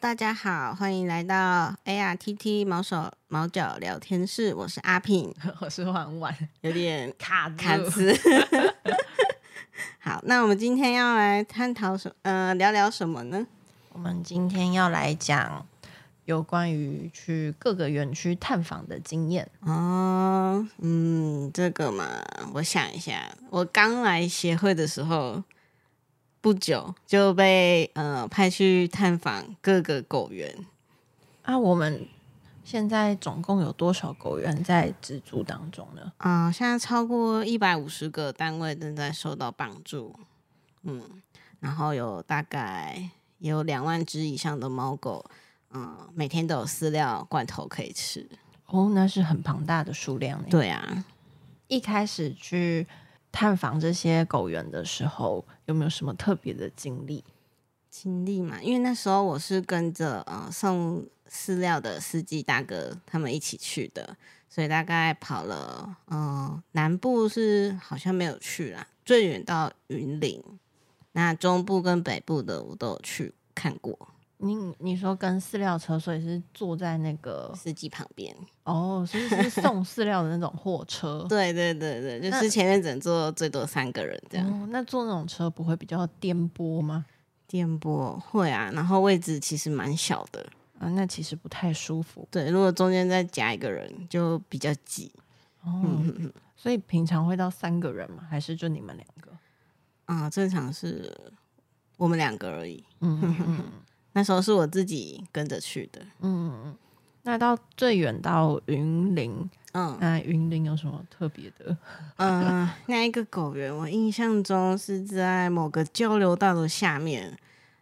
大家好，欢迎来到 ARTT 毛手毛脚聊天室，我是阿品，我是婉婉，有点卡卡住词。 好，那我们今天要来探讨什呃聊聊什么呢？我们今天要来讲有关于去各个园区探访的经验。哦，嗯，这个嘛，我想一下，我刚来协会的时候不久就被呃派去探访各个狗园，啊，我们现在总共有多少狗园在资助当中呢？啊、现在超过一百五十个单位正在受到帮助，嗯，然后有大概也有两万只以上的猫狗，嗯，每天都有饲料罐头可以吃。哦，那是很庞大的数量呢。对啊，一开始去探访这些狗园的时候，有没有什么特别的经历？经历嘛，因为那时候我是跟着呃送饲料的司机大哥他们一起去的，所以大概跑了嗯、呃南部是好像没有去啦，最远到云林，那中部跟北部的我都有去看过。你你说跟饲料车，所以是坐在那个司机旁边。哦，所以是送饲料的那种货 车。对对对对，就那是前面只能坐最多三个人这样。哦，那坐那种车不会比较颠簸吗？电波会啊，然后位置其实蛮小的。啊，那其实不太舒服。对，如果中间再夹一个人，就比较挤。哦，所以平常会到三个人吗？还是就你们两个？啊、正常是我们两个而已。嗯嗯 那时候是我自己跟着去的。嗯。那到最远到云林，嗯那云林有什么特别的？嗯、呃那一个狗园，我印象中是在某个交流道的下面。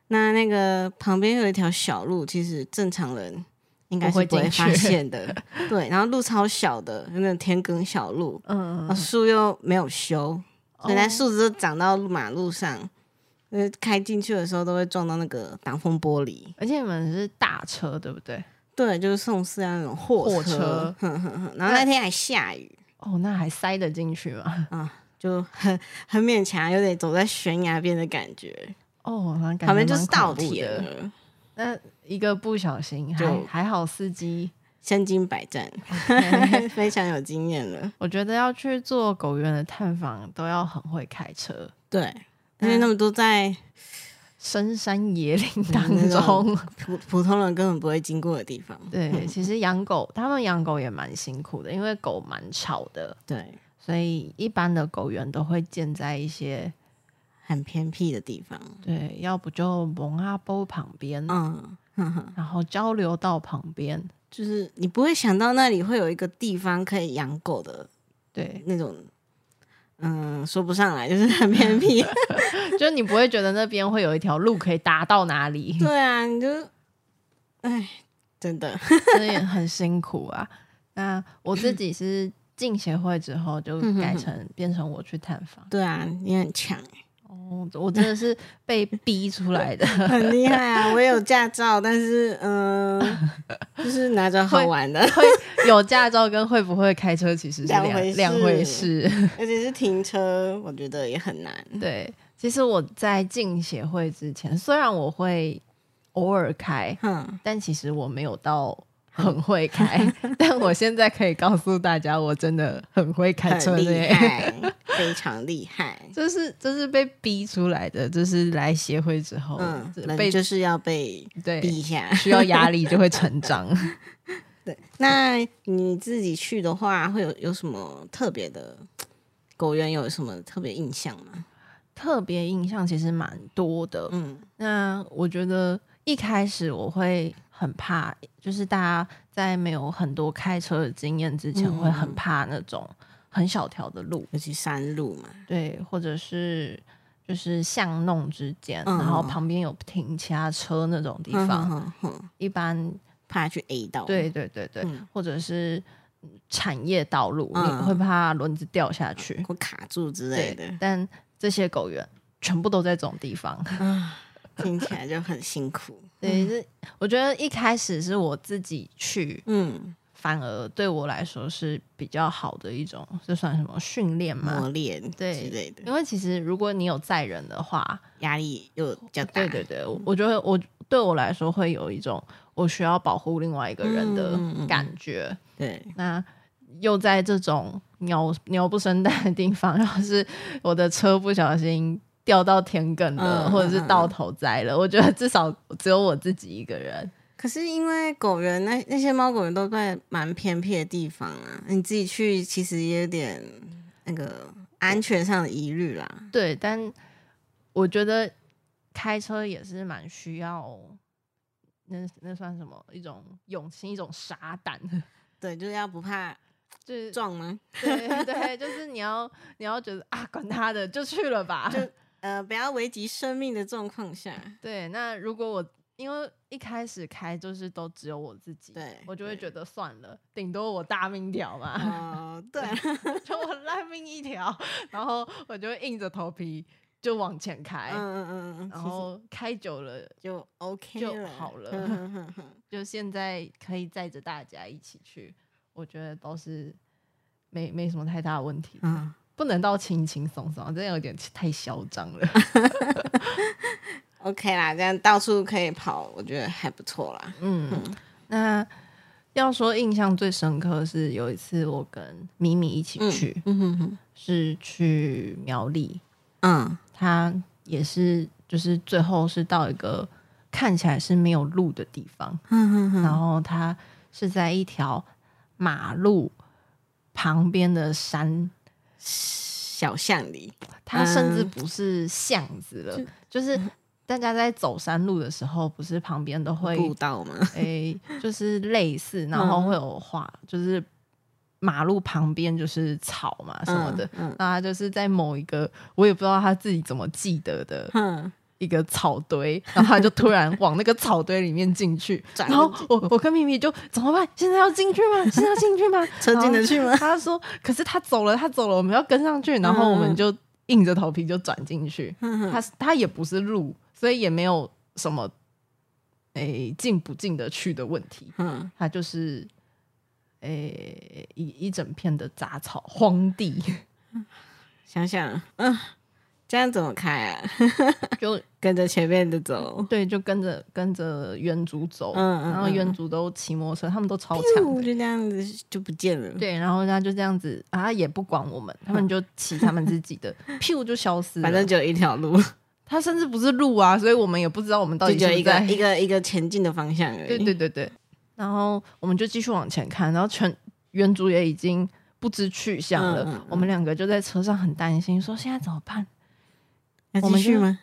那那个旁边有一条小路，其实正常人应该不是会不会进去发现 的。对，然后路超小的，有那种田埂小路，嗯，啊，树又没有修，本来哦树枝都长到马路上，呃，开进去的时候都会撞到那个挡风玻璃。而且你们是大车，对不对？对，就是送饲料那种货货车车，哼哼哼。然后那天还下雨，哦，那还塞得进去吗？ 就很很勉强，有点走在悬崖边的感觉，哦，那感觉旁边就蛮是稻恐怖田的。了，那一个不小心，就还还好司机。身经百 战，非常有经验了。我觉得要去做狗园的探访，都要很会开车，对，因为他们都在深山野岭嗯那种当中。普普通人根本不会经过的地方。 对，其实养狗，他们养狗也蛮辛苦的，因为狗蛮吵的，对，所以一般的狗园都会建在一些很偏僻的地方。对，要不就蒙阿波旁边，嗯，哼哼，然后交流道旁边，就是你不会想到那里会有一个地方可以养狗的对，那种。嗯，说不上来，就是很偏僻。 就你不会觉得那边会有一条路可以达到哪里，对啊，你就，哎，真的，所以很辛苦啊。那我自己是进协会之后就嗯哼改哼成变成我去探访，对啊，你很强，哦，我真的是被逼出来的。 很厉害啊！我有驾照，但是嗯、就是拿着好玩的，会有驾照跟会不会开车其实是两两回事两回事。尤其是停车，我觉得也很难。对，其实我在进协会之前，虽然我会偶尔开，哼，但其实我没有到很会开。 但我现在可以告诉大家，我真的很会开车很厉耶。 害，非常厉害。这是这是被逼出来的，就是来协会之后，嗯，哦被人就是要被逼对一下。需要压力就会成长。对， 那你自己去的话，会有有什么特别的？狗园有什么特别印象吗？ 特别印象其实蛮多的，嗯那我觉得一开始我会很怕，就是大家在没有很多开车的经验之前，嗯会很怕那种很小条的路，尤其山路嘛，对，或者是就是巷弄之间，嗯然后旁边有停其他车那种地哼方，哼哼哼一般怕去 A 到。对对对对，嗯或者是产业道路，嗯你会怕轮子掉下去，或卡住之类对的，但这些狗园全部都在这种地方。嗯听起来就很辛苦。 对，是我觉得一开始是我自己去，嗯，反而对我来说是比较好的一种，这算什么训练吗？磨练对之类的，因为其实如果你有载人的话，压力又比较大。嗯对对对，我我觉得我对我来说会有一种我需要保护另外一个人的嗯嗯嗯嗯感觉。对，那又在这种鸟鸟不生蛋的地方， 要是我的车不小心掉到田埂了，嗯或者是到头栽了，我觉得至少只有我自己一个人。可是因为狗园那那些猫狗园都在蛮偏僻的地方啊，你自己去其实也有点那个安全上的疑虑啦。对，但我觉得开车也是蛮需要。那那算什么？一种勇气，一种傻胆， 对，就是要不怕就是撞吗？对对，就是你要你要觉得啊，管他的，就去了吧。就呃，不要危及生命的状况下，对，那如果我因为一开始开就是都只有我自己，对我就会对觉得算了，顶多我大命条嘛， 哦、对 啊，就我烂命一条，然后我就会硬着头皮就往前开，嗯嗯嗯嗯嗯，然其实后开久了，就 OK 就了好了嗯哼哼哼就现在可以载着大家一起去，我觉得都是没没什么太大的问题的。嗯，不能到轻轻松松，这样有点太嚣张 了。 OK 啦，这样到处可以跑，我觉得还不错啦。嗯，那要说印象最深刻是有一次我跟米米一起去，嗯哼哼，是去苗栗，嗯他也是就是最后是到一个看起来是没有路的地方，哼嗯哼哼，然后他是在一条马路旁边的山。小巷里，它甚至嗯不是巷子了，就嗯就是大家在走山路的时候，不是旁边都会步道嘛，诶、就是类似，然后嗯会有画，就是马路旁边就是草嘛什么的。嗯那他就是在某一个，我也不知道他自己怎么记得的哼，一个草堆，然后他就突然往那个草堆里面进 去，转然后我我跟咪咪就怎么办？现在要进去吗？现在要进去吗？ 车进得去吗然后他说，可是他走了，他走了，我们要跟上去，然后我们嗯就硬着头皮就转进去。哼哼它它也不是路，所以也没有什么诶进不进得去的问题，哼，它就是诶、一一整片的杂草荒地， 想想，嗯，这样怎么开啊？就跟着前面的走，对，就跟着跟着原主走，嗯嗯然后原嗯主都骑摩托车，他们都超强就的。这样子就不见了。对，然后他就这样子啊，也不管我们，他们就骑他们自己 的，屁股就消失了。反正只有一条路，他甚至不是路啊，所以我们也不知道我们到就底只是有不一是个在一个一个前进的方向而已。对对对对。然后我们就继续往前看，然后全原主也已经不知去向了。嗯嗯嗯我们两个就在车上很担心，说现在怎么办？要我们继续就吗？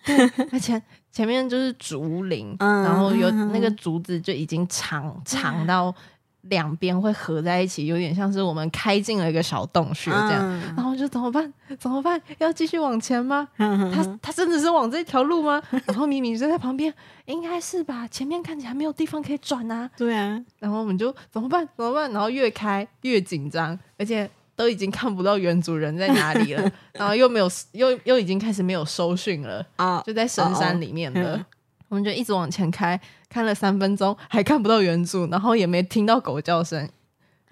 那前前面就是竹林，嗯然后有嗯嗯嗯那个竹子就已经长长到两边会合在一起，有点像是我们开进了一个小洞穴这样。嗯然后我就怎么办？怎么办？要继续往前吗？哼嗯哼他他真的是往这条路吗？ 然后米米就在旁边，应该是吧？前面看起来没有地方可以转啊。对啊，然后我们就怎么办？怎么办？然后越开越紧张，而且都已经看不到原主人在哪 里了，然后又没有又又已经开始没有收讯了，哦，啊就在深山里面了。哦嗯我们就一直往前开，看了三分钟还看不到原主，然后也没听到狗叫声，然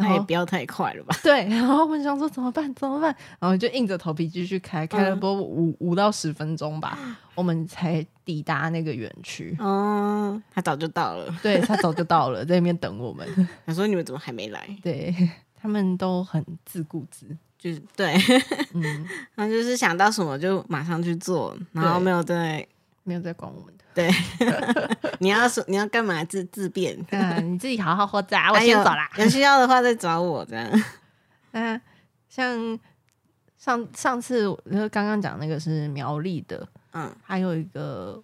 那也后不要太快了吧？对，然后我们想说怎么办？怎么办？然后就硬着头皮继续开，开了嗯不五五到十分钟吧， 我们才抵达那个园区。哦，他早就到了。对他早就到了，在那边等我们。 他说：“你们怎么还没来对他们都很自顾自，？”就是对， 嗯，然后就是想到什么就马上去做，然后对没有对没有在管我们 的。对，你要说你要干嘛自自便，那你自己好好活着、啊，还有。有需要的话再找我这 样。那像上上次呃刚刚讲那个是苗栗的，嗯还有一个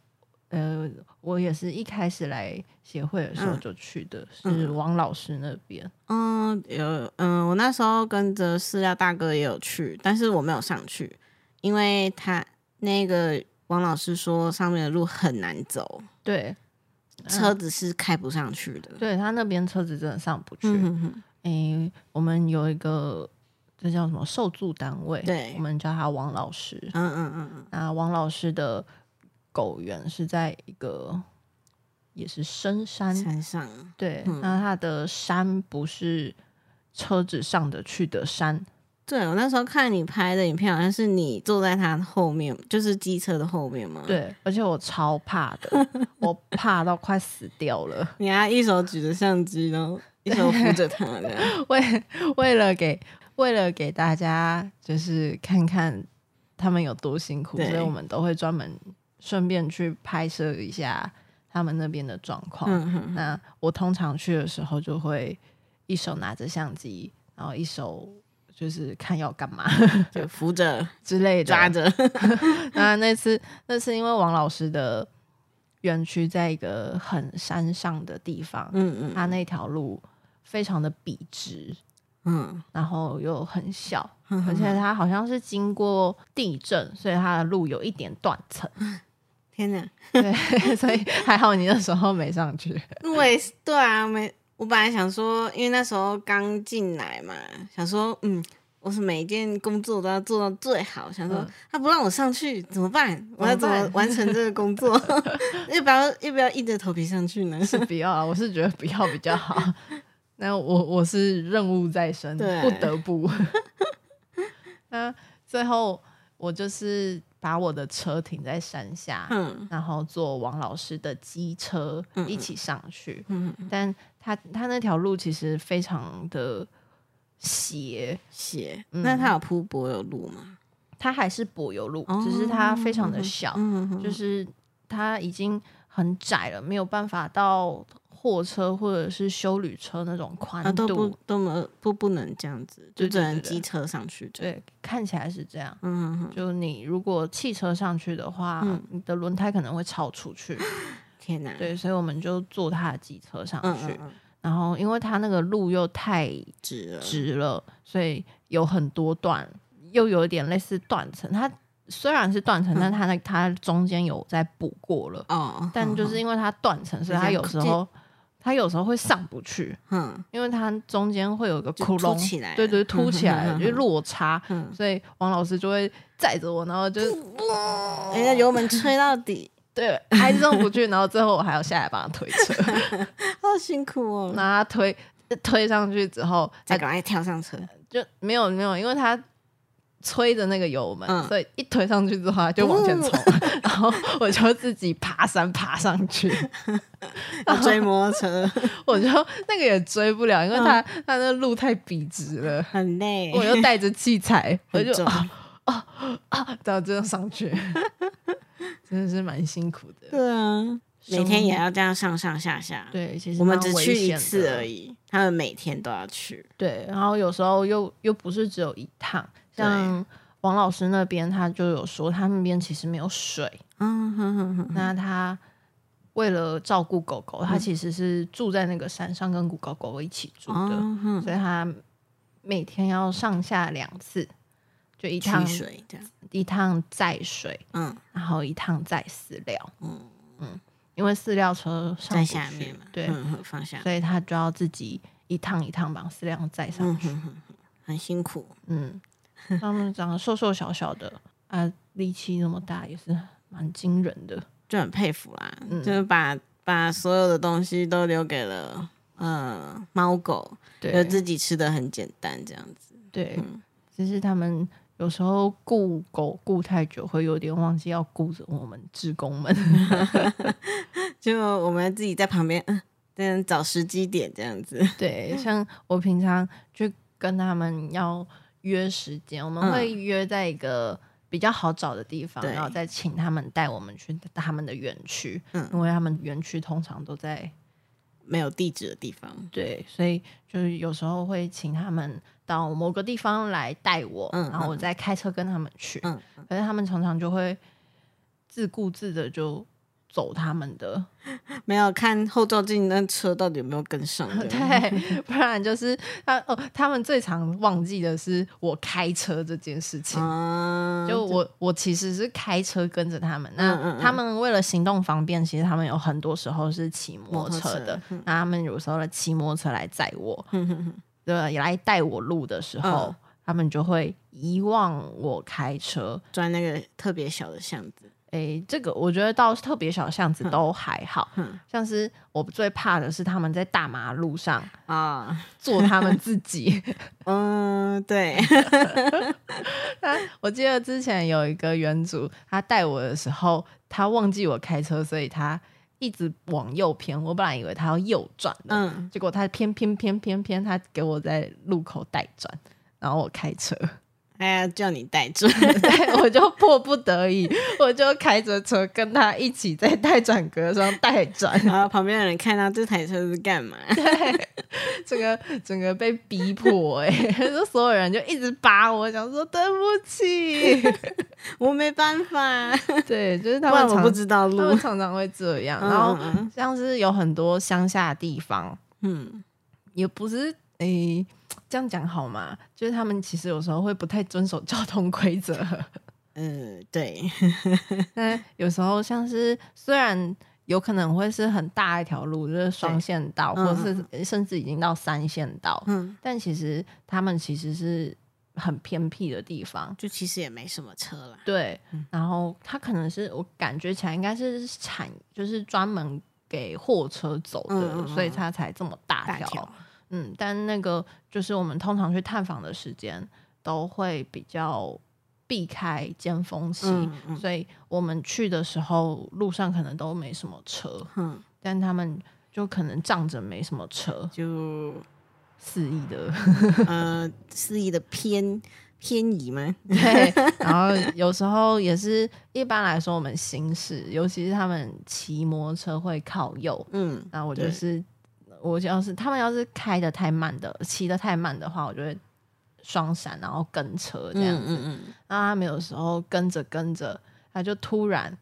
呃，我也是一开始来协会的时候嗯就去的，是嗯王老师那边。嗯，有嗯，我那时候跟着饲料大哥也有去，但是我没有上去，因为他那个王老师说上面的路很难走，对，车子是开不上去的。对他那边车子真的上不去。嗯哼哼，诶、我们有一个这叫什么受助单位，对我们叫他王老师。嗯嗯嗯嗯，那王老师的狗园是在一个也是深山，山上，对，那它的山不是车子上得去的山，对我那时候看你拍的影片，好像是你坐在他后面，就是机车的后面嘛。，对，而且我超怕 的，我怕到快死掉了。 你还一手举着相机，然后一手扶着他这 样。为为了给为了给大家就是看看他们有多辛苦，对所以我们都会专门顺便去拍摄一下他们那边的状况。嗯哼，那我通常去的时候就会一手拿着相机，然后一手就是看要干嘛 就扶着之类的。抓着， 那那次那次因为王老师的园区在一个很山上的地方，嗯嗯他那条路非常的笔直，嗯，然后又很小，嗯而且它好像是经过地震，所以它的路有一点断层。天哪，对， 所以还好你那时候没上去。我也是，对啊，没，我本来想说，因为那时候刚进来嘛，想说，嗯，我是每一件工作都要做到最好，想说、嗯他不让我上去怎么办？我要怎怎么么办完成这个工 作？要不要要不要硬着头皮上去呢？是不要啊，我是觉得不要比较好。那我我是任务在身，对不得不。那最后我就是把我的车停在山下，嗯然后坐王老师的机车嗯嗯一起上去。嗯，但他他那条路其实非常的斜，写、嗯那他有铺柏油路吗？它还是柏油路，哦只是它非常的小，嗯，哼就是它已经很窄了，没有办法到货车或者是修旅车那种宽啊都度。不都没不不能这样子，就对对只能对对机车上去这样。对，看起来是这样。嗯哼，就你如果汽车上去的话，嗯你的轮胎可能会超 出去。天哪，对，所以我们就坐他的机车上嗯，嗯去。嗯，嗯然后，因为他那个路又太直了，直了，所以有很多段，又有一点类似断层。它虽然是断层，嗯但它那它中间有在补过了，哦，但就嗯是因为它断层，所以就这它样有时候它有时候会上不去，嗯哼因为它中间会有一个就窟凸窿，起来了，对对，凸 起来了，嗯就是落差。嗯，所以王老师就会载着我，然后就人家哎油门吹到 底，对还是上不去，然后最后我还要下来帮他 推车，好辛苦哦。那他推呃推上去之后，再他赶快跳上 车，就没有没有，因为他吹着那个油门，嗯所以一推上去之后他就往前冲， 然后我就自己爬山爬上去，哦要追摩托车，我就那个也追不了，因嗯为他、他那路太笔直了，很累。 我又带着器材，我很就重啊啊啊，然后就上去， 真的是蛮辛苦的。对啊， 每天也生要这样上上下下。，对，其实我们蛮只危去一险次的而。已，他们每天都要去。对，然后有时候又又不是只有一趟，对像王老师那边他就有说，他那边其实没有水，嗯嗯哼哼哼，那他为了照顾狗狗，他其实是住在那个山上，跟狗狗一起住的，哦哼，所以他每天要上下两次，就一趟取水这样，一趟载水，嗯然后一趟载饲料，嗯，因为饲料车上在不下去面嘛，对，嗯哼放下，所以他就要自己一趟一趟把饲料载上嗯去，哼哼哼，很辛苦。嗯，他们长得瘦瘦小小的啊，力气那么大也是蛮惊人的，就很佩服啦，嗯就是把把所有的东西都留给了呃猫狗，对，就自己吃的很简单这样子。对嗯，只是他们有时候顾狗顾太久，会有点忘记要顾着我们职工们。就我们自己在旁边，嗯，这样找时机点这样子。对，像我平常去跟他们要约时间，我们嗯会约在一个。比较好找的地方，对然后再请他们带我们去他们的园区，嗯因为他们园区通常都在没有地址的地方，对，所以就是有时候会请他们到某个地方来带我，嗯然后我嗯再开车跟他们去。嗯可是他们常常就会自顾自的就走他们的，没有看后照镜那车到底有没有跟上。对吧，对，不然就是他哦，他们最常忘记的是我开车这件事情。啊，就我，我其实是开车跟着他们。那嗯嗯嗯他们为了行动方便，其实他们有很多时候是骑摩摩托托车车嗯的。那他们有时候来骑摩托车来载我，哼哼哼对，也来带我路的时候，嗯他们就会遗忘我开车。钻那个特别小的巷子，哎、诶，这个我觉得到特别小巷子都还好，嗯像是我最怕的是他们在大马路上啊，做他们自己。嗯，对，我记得之前有一个原主，他带我的时候，他忘记我开车，所以他一直往右偏。我本来以为他要右转的，嗯，结果他偏偏偏偏偏他给我在路口带转，然后我开 车，还要叫你带住，对我就迫不得已，我就开着车跟他一起在待转格上待转，然后旁边的人看到这台车是干嘛？整个整个被逼迫哎、 就所有人就一直扒我，想说对不 起，我没办法，对，就是不他然们我常不知道他们路。常常会这样，嗯然后嗯嗯像是有很多乡下地方，嗯，也不是诶、这样讲好吗？就是他们其实有时候会不太遵守交通规则。 呃，对，那有时候像是虽然有可能会是很大一条路，就是双线道，对或是甚至已经到三线道，嗯，但其实他们其实是很偏僻的地方。就其实也没什么车啦。对，嗯然后它可能是我感觉起来应该是产，就是专门给货车走的，嗯嗯嗯所以它才这么大大条。条，嗯，但那个就是我们通常去探访的时间都会比较避开尖峰期，嗯嗯所以我们去的时候路上可能都没什么车，嗯，但他们就可能仗着没什么车，就肆意的呃，肆意的偏偏移吗？ 对，然后有时候也是一般来说我们行驶，尤其是他们骑摩托车会靠右，嗯，那我就对是我要是他们要是开的太慢的，骑的太慢的话，我就会双闪然后跟车这样子。嗯那他们有时候跟着跟着，他就突然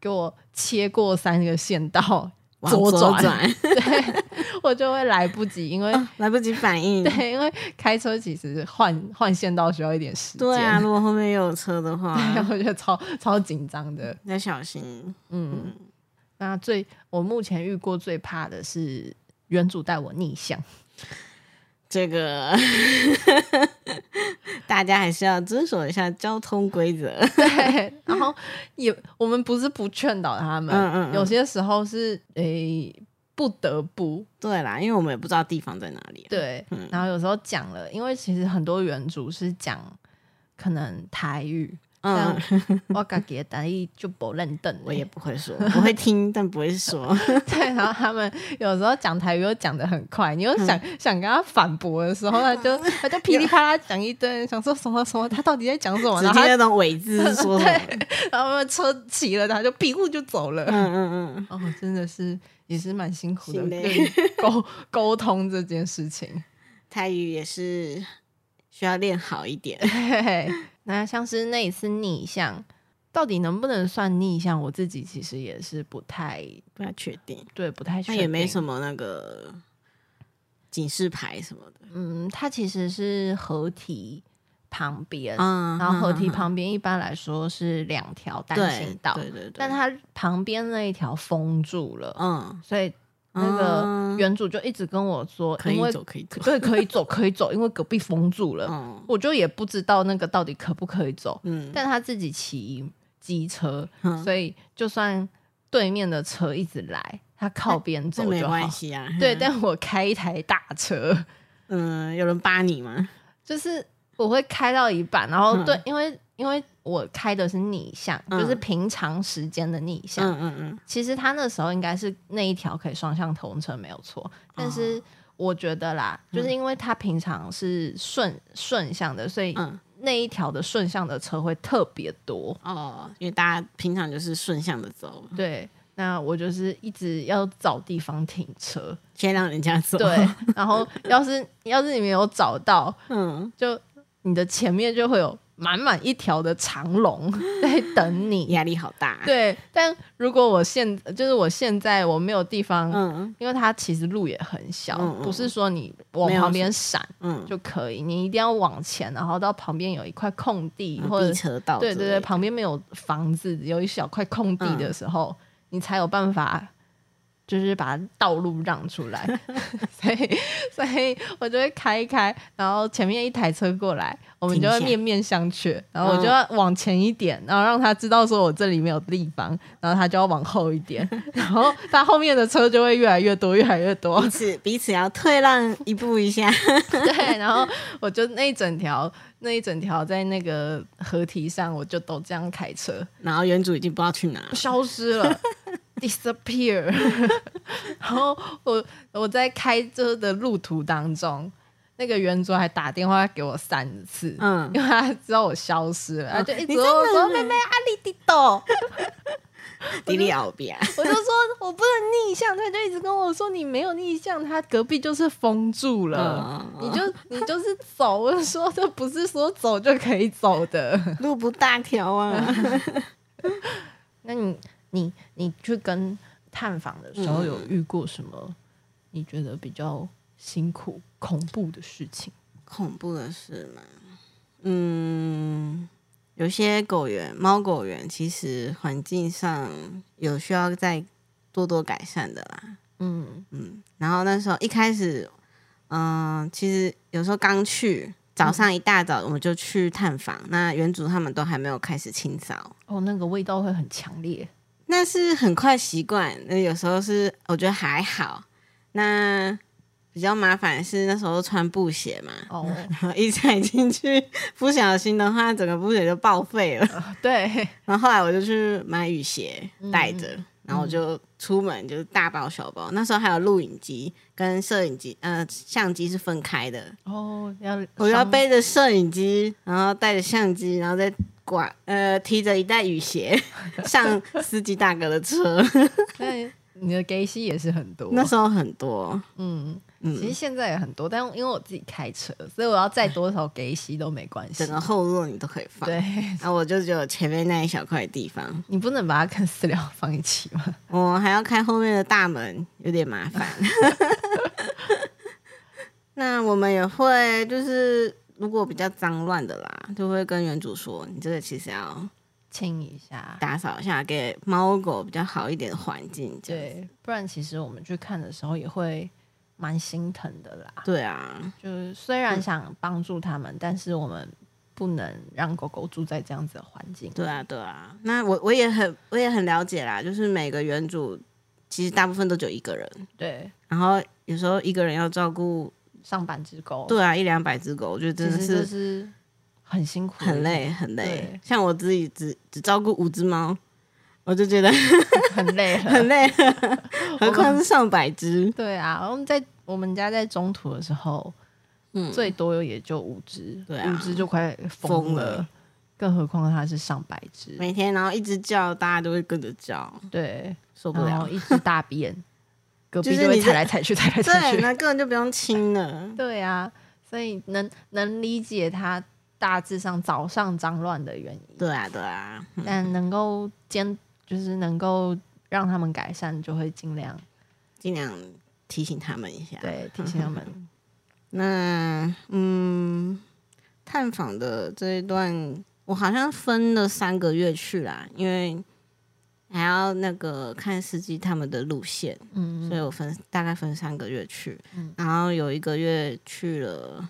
给我切过三个线道，往左左转转， 我就会来不及，因为、啊来不及反 应。 对，因为开车其实换换线道需要一点时间。对啊， 如果后面又有车的话，对我觉得超超紧张的，要小心。嗯。那最我目前遇过最怕的是原主带我逆向， 这个 大家还是要遵守一下交通规则。对，然后也我们不是不劝导他们，嗯嗯嗯有些时候是诶、不得不，对啦，因为我们也不知道地方在哪里。，对，嗯然后有时候讲了，因为其实很多原主是讲可能台语，嗯，但我感觉台语就不认得呢， 我也不会说，我会听，但不会说。 对。然后他们有时候讲台语又讲的很快，你又想、嗯想跟他反驳的时候，他 就他就噼里啪啦讲一堆，想说什么什么，他到底在讲什么？只然后听他得懂尾字是说什么。然后车骑了，他就屁股就走了。嗯嗯嗯，哦，真的是也是蛮辛苦的是嘞对于沟 沟通这件事情。泰语也是需要练好一点。 对， 那像是那一次逆向，到底能不能算逆向？我自己其实也是不太不要确定，对，不太确它定。也没什么那个警示牌什么的。嗯，它其实是河堤旁边，嗯然后河堤嗯嗯旁边一般来说是两条单行对道，对对对，但它旁边那一条封住了，嗯，所以那个嗯原主就一直跟我说，可因为以走可以走， 对，可以走，可以走，因为隔壁封住 了。嗯我就也不知道那个到底可不可以走，嗯，但他自己骑机车，嗯所以就算对面的车一直来，他靠边哎这走没就好关。系啊。 对，但我开一台大车， 嗯，有人扒你吗？就是我会开到一半，然后嗯对，因为因为我开的是逆向，嗯就是平常时间的逆向。嗯嗯嗯，其实他那时候应该是那一条可以双向通车没有错，但哦是我觉得啦，嗯就是因为他平常是顺顺向的，所以嗯那一条的顺向的车会特别多。哦，因为大家平常就是顺向的走，对，那我就是一直要找地方停车。先让人家走。对， 然后要是要是你没有找到，嗯，就你的前面就会有满满一条的长 龙在等你。压力好大。，对，但如果我现就是我现在我没有地方，嗯因为它其实路也很小，嗯嗯不是说你往没有旁边闪嗯，就可以，你一定要往前，然后到旁边有一块空地、嗯或者避车道之对类的，嗯对对，旁边没有房子，有一小块空地的时候，你才有办法就是把道路让出 来，所以所以我就会开一开，然后前面一台车过来，我们就会停下嗯面面相觑，然后我就要往前一点，然后让他知道说我这里没有地方，然后他就要往后一点， 然后他后面的车就会越来越多，越来越 多彼，此彼此要退让一步一下， 对，然后我就那一整条那一整条在那个河堤上，我就都这样开车，然后原主已经不知道去哪了，消失了 ，disappear。然后我我在开车的路途当中，那个原主还打电话给我三次。嗯，因为他知道我消失了，他就一直你问我真的说：“是妹妹阿里滴豆。迪丽奥比亚，”我就说：“我不能逆向。”他就一直跟我说：“你没有逆向，他隔壁就是封住了。嗯，你就你就是走，我就说这不是说走就可以走的。路不大条啊，那你你你去跟探访的时候，有遇过什么你觉得比较辛苦、恐怖的事情？恐怖的事嘛，嗯，有些狗园、猫狗园其实环境上有需要再多多改善的啦，嗯嗯，然后那时候一开始，嗯、其实有时候刚去，早上一大早我们就去探访，那原主他们都还没有开始清扫，哦，那个味道会很强烈。那是很快习惯，那有时候是我觉得还好，那比较麻烦的是那时候穿布鞋嘛， 哦，然后一踩进去， 不小心的话，整个布鞋就报废了。嗯对，然后后来我就去买雨鞋带着，然后我就出门就是大包小包。那时候还有录影机跟摄影机，呃，相机是分开的。哦，要我就要伤背着摄影机，然后带着相机，然后再挂呃提着一袋雨鞋 上司机大哥的车。那 你的 gay 戏也是很多。那时候很多，嗯，其嗯实，现在也很多，但因为我自己开车，所以我要再多少 gay 戏都没关系整。个后座你都可以放。对， 然后我就只有前面那一小块地方，你不能把它跟 饲料放一起吗？我还要开后面的大门，有点麻 烦。那我们也会就是，如果比较脏乱的啦，就会跟原主说，你这个其实要清一 下。打扫一下，给猫狗比较好一点的环境。这样，对，不然其实我们去看的时候也会蛮心疼的啦。对啊，就是虽然想帮助他们，但是我们不能让狗狗住在这样子的环境。对啊，对啊。那我我也很我也很了解啦，就是每个原主其实大部分都只有一个人，对，然后有时候一个人要照顾，上班只狗，，对啊，一两百只狗，我觉得真的其实是就是很辛苦，很，累很累对。像我自己只只照顾五只猫，我就觉得 很累了。 很 累了，何况是上百只。对啊，我们在我们家在中途的时候，嗯，最多也就五只，对啊五只就快疯疯了了，更何况它是上百只，每天然后一直叫，大家都会跟着 叫，对，受不然后了。一只大 便，隔壁就是就会你踩在来踩去，踩来踩去，对，那根本就不用亲了。对啊，所以能能理解他大致上早上脏乱的原因，对啊，对啊，嗯但能够兼就是能够让他们改善，就会尽量尽量提醒他们一下。对提醒他们。那嗯，探访的这一段，我好像分了三个月去啦，因为还要那个看司机他们的路线，嗯，所以我分大概分三个月去，然后有一个月去了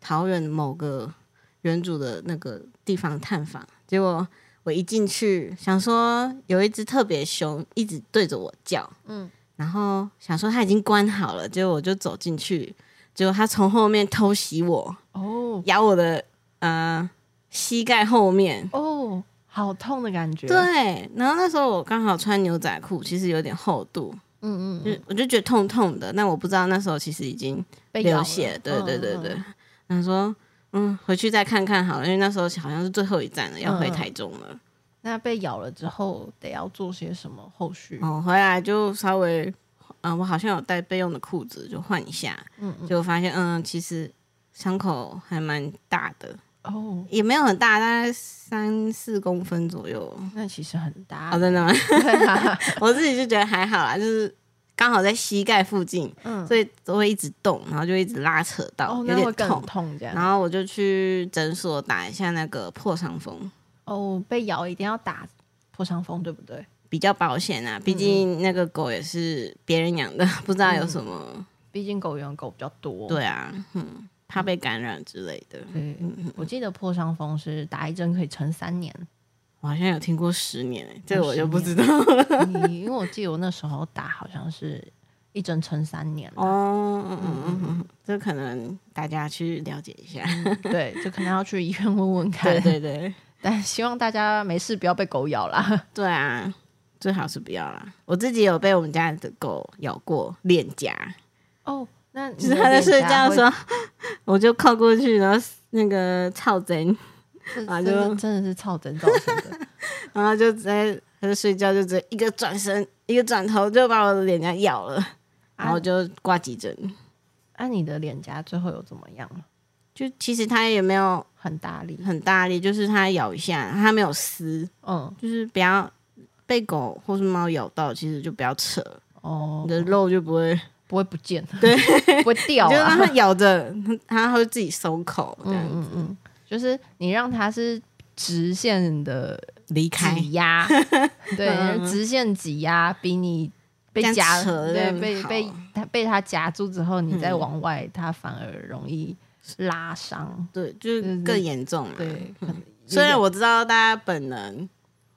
桃园某个原主的那个地方探访，结果。我一进去想说有一只特别凶，一直对着我叫，嗯嗯，然后想说它已经关好了，结果我就走进去，结果它从后面偷袭我，哦咬我的呃膝盖后面。哦，好痛的感觉。对，然后那时候我刚好穿牛仔裤，其实有点厚度，嗯嗯就嗯，我就觉得痛痛的。那我不知道那时候其实已经被咬流了血，对对对，对嗯嗯。他说：“嗯，回去再看看好了，因为那时候好像是最后一站了，要回嗯台中了。那被咬了之后得要做些什么后续？哦，回来就稍微，嗯、我好像有带备用的裤子，就换一下，嗯嗯就发现，嗯，其实伤口还蛮大的，哦，也没有很大，大概三四公分左右。那其实很大哦，。真的吗？对啊我自己就觉得还好啦，就是刚好在膝盖附近，嗯，所以都会一直动，然后就一直拉扯到，哦，有那会点更痛。痛这样。然后我就去诊所打一下那个破伤风，哦，被咬一定要打破伤风，对不对？比较保险啊，毕竟那个狗也是别人养的，不知道有什么。毕竟狗养狗比较多。对啊，嗯，怕被感染之类的。对，嗯我记得破伤风是打一针可以撑三年，我好像有听过十年、欸，这个我就不知道。你因为我记得我那时候打好像是一针撑三年了，哦，嗯嗯嗯嗯，这可能大家去了解一下。对，就可能要去医院问问看。对对对， 但希望大家没事不要被狗咬啦。对啊，最好是不要啦。我自己有被我们家的狗咬过脸颊，哦，那就是它在睡觉的时候， 我就靠过去，然后那个操贼，候啊啊，就就真的是超针造成的。然后就直接它在睡觉，就直接一个转身，一个转头就把我的脸颊咬了，然后就挂急诊。啊，你的脸颊最后有怎么样吗？就其实它也没有很大力，很大力，就是它咬一下，它没有撕，嗯，就是不要被狗或是猫咬到，其实就不要扯，哦你，的肉就不会，不会不见，对， 不会掉你就让啊。它咬着，它会自己收口，这嗯样嗯嗯，就是你让它是直线的离开。嗯 挤压，对，直线挤压比你被这样夹，扯对，得被好嗯被它被它夹住之后，你再往外，它反而容易拉伤。对，就是更严重、啊。，对，可能虽然我知道大家本能，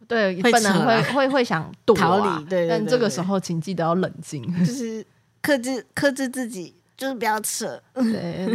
对会本扯能啊会会会想躲啊逃离对对但对这个对时候请记得要冷 静。就是克制 克制自己，就是不要扯。对，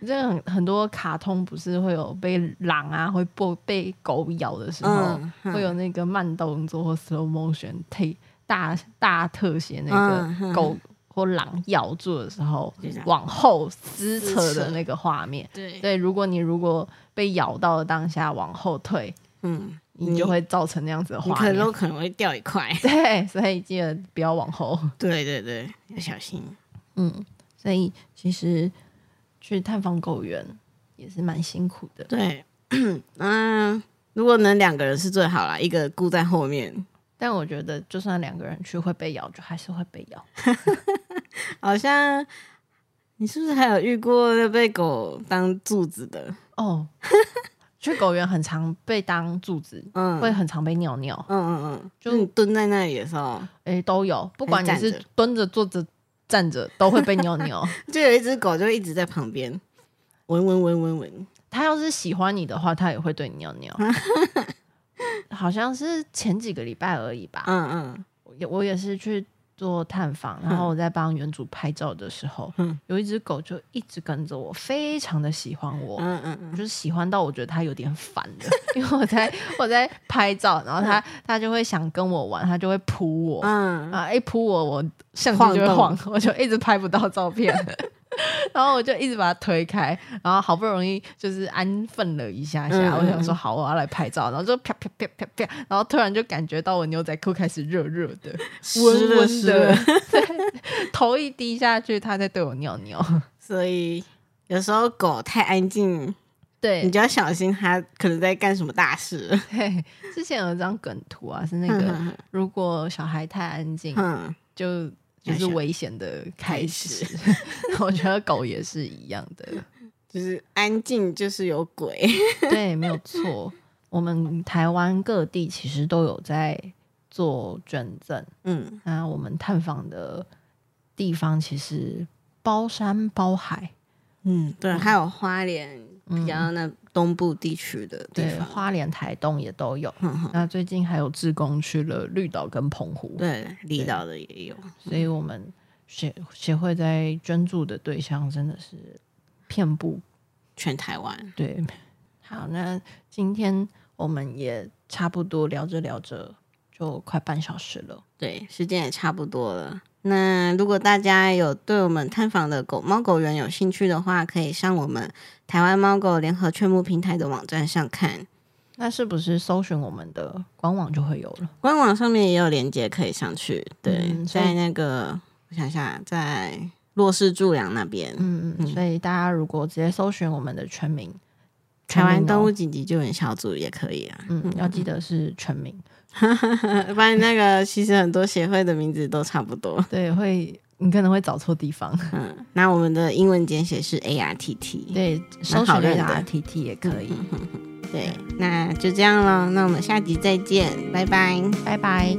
这个很很多卡通不是会有被狼啊，会被被狗咬的时候，嗯，会有那个慢动作或 slow motion take 大大特写那嗯个嗯狗或狼咬住的时候就这，样往后撕扯撕扯的那个画面。对，对，如果你如果被咬到的当下往后退，嗯，你就会造成那样子的你画可能面。都可能会掉一块。 对，所以记得不要往后。对对对，要小心。嗯，所以其实去探访狗园也是蛮辛苦的。对， 嗯、如果能两个人是最好啦，一个顾在后面，但我觉得，就算两个人去会被咬，就还是会被咬。好像。你是不是还有遇过被狗当柱子的？哦， 去狗园很常被当柱子，嗯，会嗯很常被尿尿，嗯嗯，就就你蹲在那里的时候，诶，都有，不管你还是站是着蹲着、坐着、站着，都会被尿 尿。就有一只狗就一直在旁边闻闻闻闻闻，它要是喜欢你的话，它也会对你尿 尿。好像是前几个礼拜而已吧，嗯嗯，我也我也是去做探访，然后我在帮原主拍照的时候，嗯有一只狗就一直跟着我，非常的喜欢我。嗯嗯嗯，就是喜欢到我觉得它有点烦的，因为我在我在拍照，然后它它就会想跟我玩，它就会扑我，嗯，啊，一扑我，我相机就会晃晃， 我就一直拍不到照片， 然后我就一直把它推开，然后好不容易就是安分了一下下，嗯嗯我想说好，我要来拍照，然后就啪啪啪啪啪，然后突然就感觉到我牛仔裤开始热热的，温了温湿的了， 对，头一低下去，它在对我尿尿，所以有时候狗太安静，你对就要小心它可能在干什么大事。对，之前有一张梗图啊，是那个嗯如果小孩太安静，嗯，就就是危险的开始， 我觉得狗也是一样的。就是安静就是有鬼。 对，没有错。我们台湾各地其实都有在做捐赠，嗯，那我们探访的地方其实包山包海，嗯嗯，对，嗯还有花莲比较那东部地区的地对，方，嗯花莲、台东也都有。哼哼那最近还有志工去了绿岛跟澎湖，对，离岛的也有，所以我们协协会在捐助的对象真的是遍布全台湾。对，好，那今天我们也差不多聊着聊着就快半小时了。对，时间也差不多了。那如果大家有对我们探访的狗猫狗园有兴趣的话，可以上我们台湾猫狗联合劝募平台的网站上看，那是不是搜寻我们的官网就会有了？官网上面也有链接可以上去。对，嗯所以在那个我想想，在弱势助养那边，嗯嗯，所以大家如果直接搜寻我们的全名，台湾全名哦动物紧急救援小组也可以啊。 嗯，要记得是全名，不然那个其实很多协会的名字都差不多。 对，会你可能会找错地方。嗯，那我们的英文简写是 A R T T。对，搜嗯蛮好寻认一的嗯下 T T 也可以。对，那就这样了，那我们下集再见，拜拜。拜拜。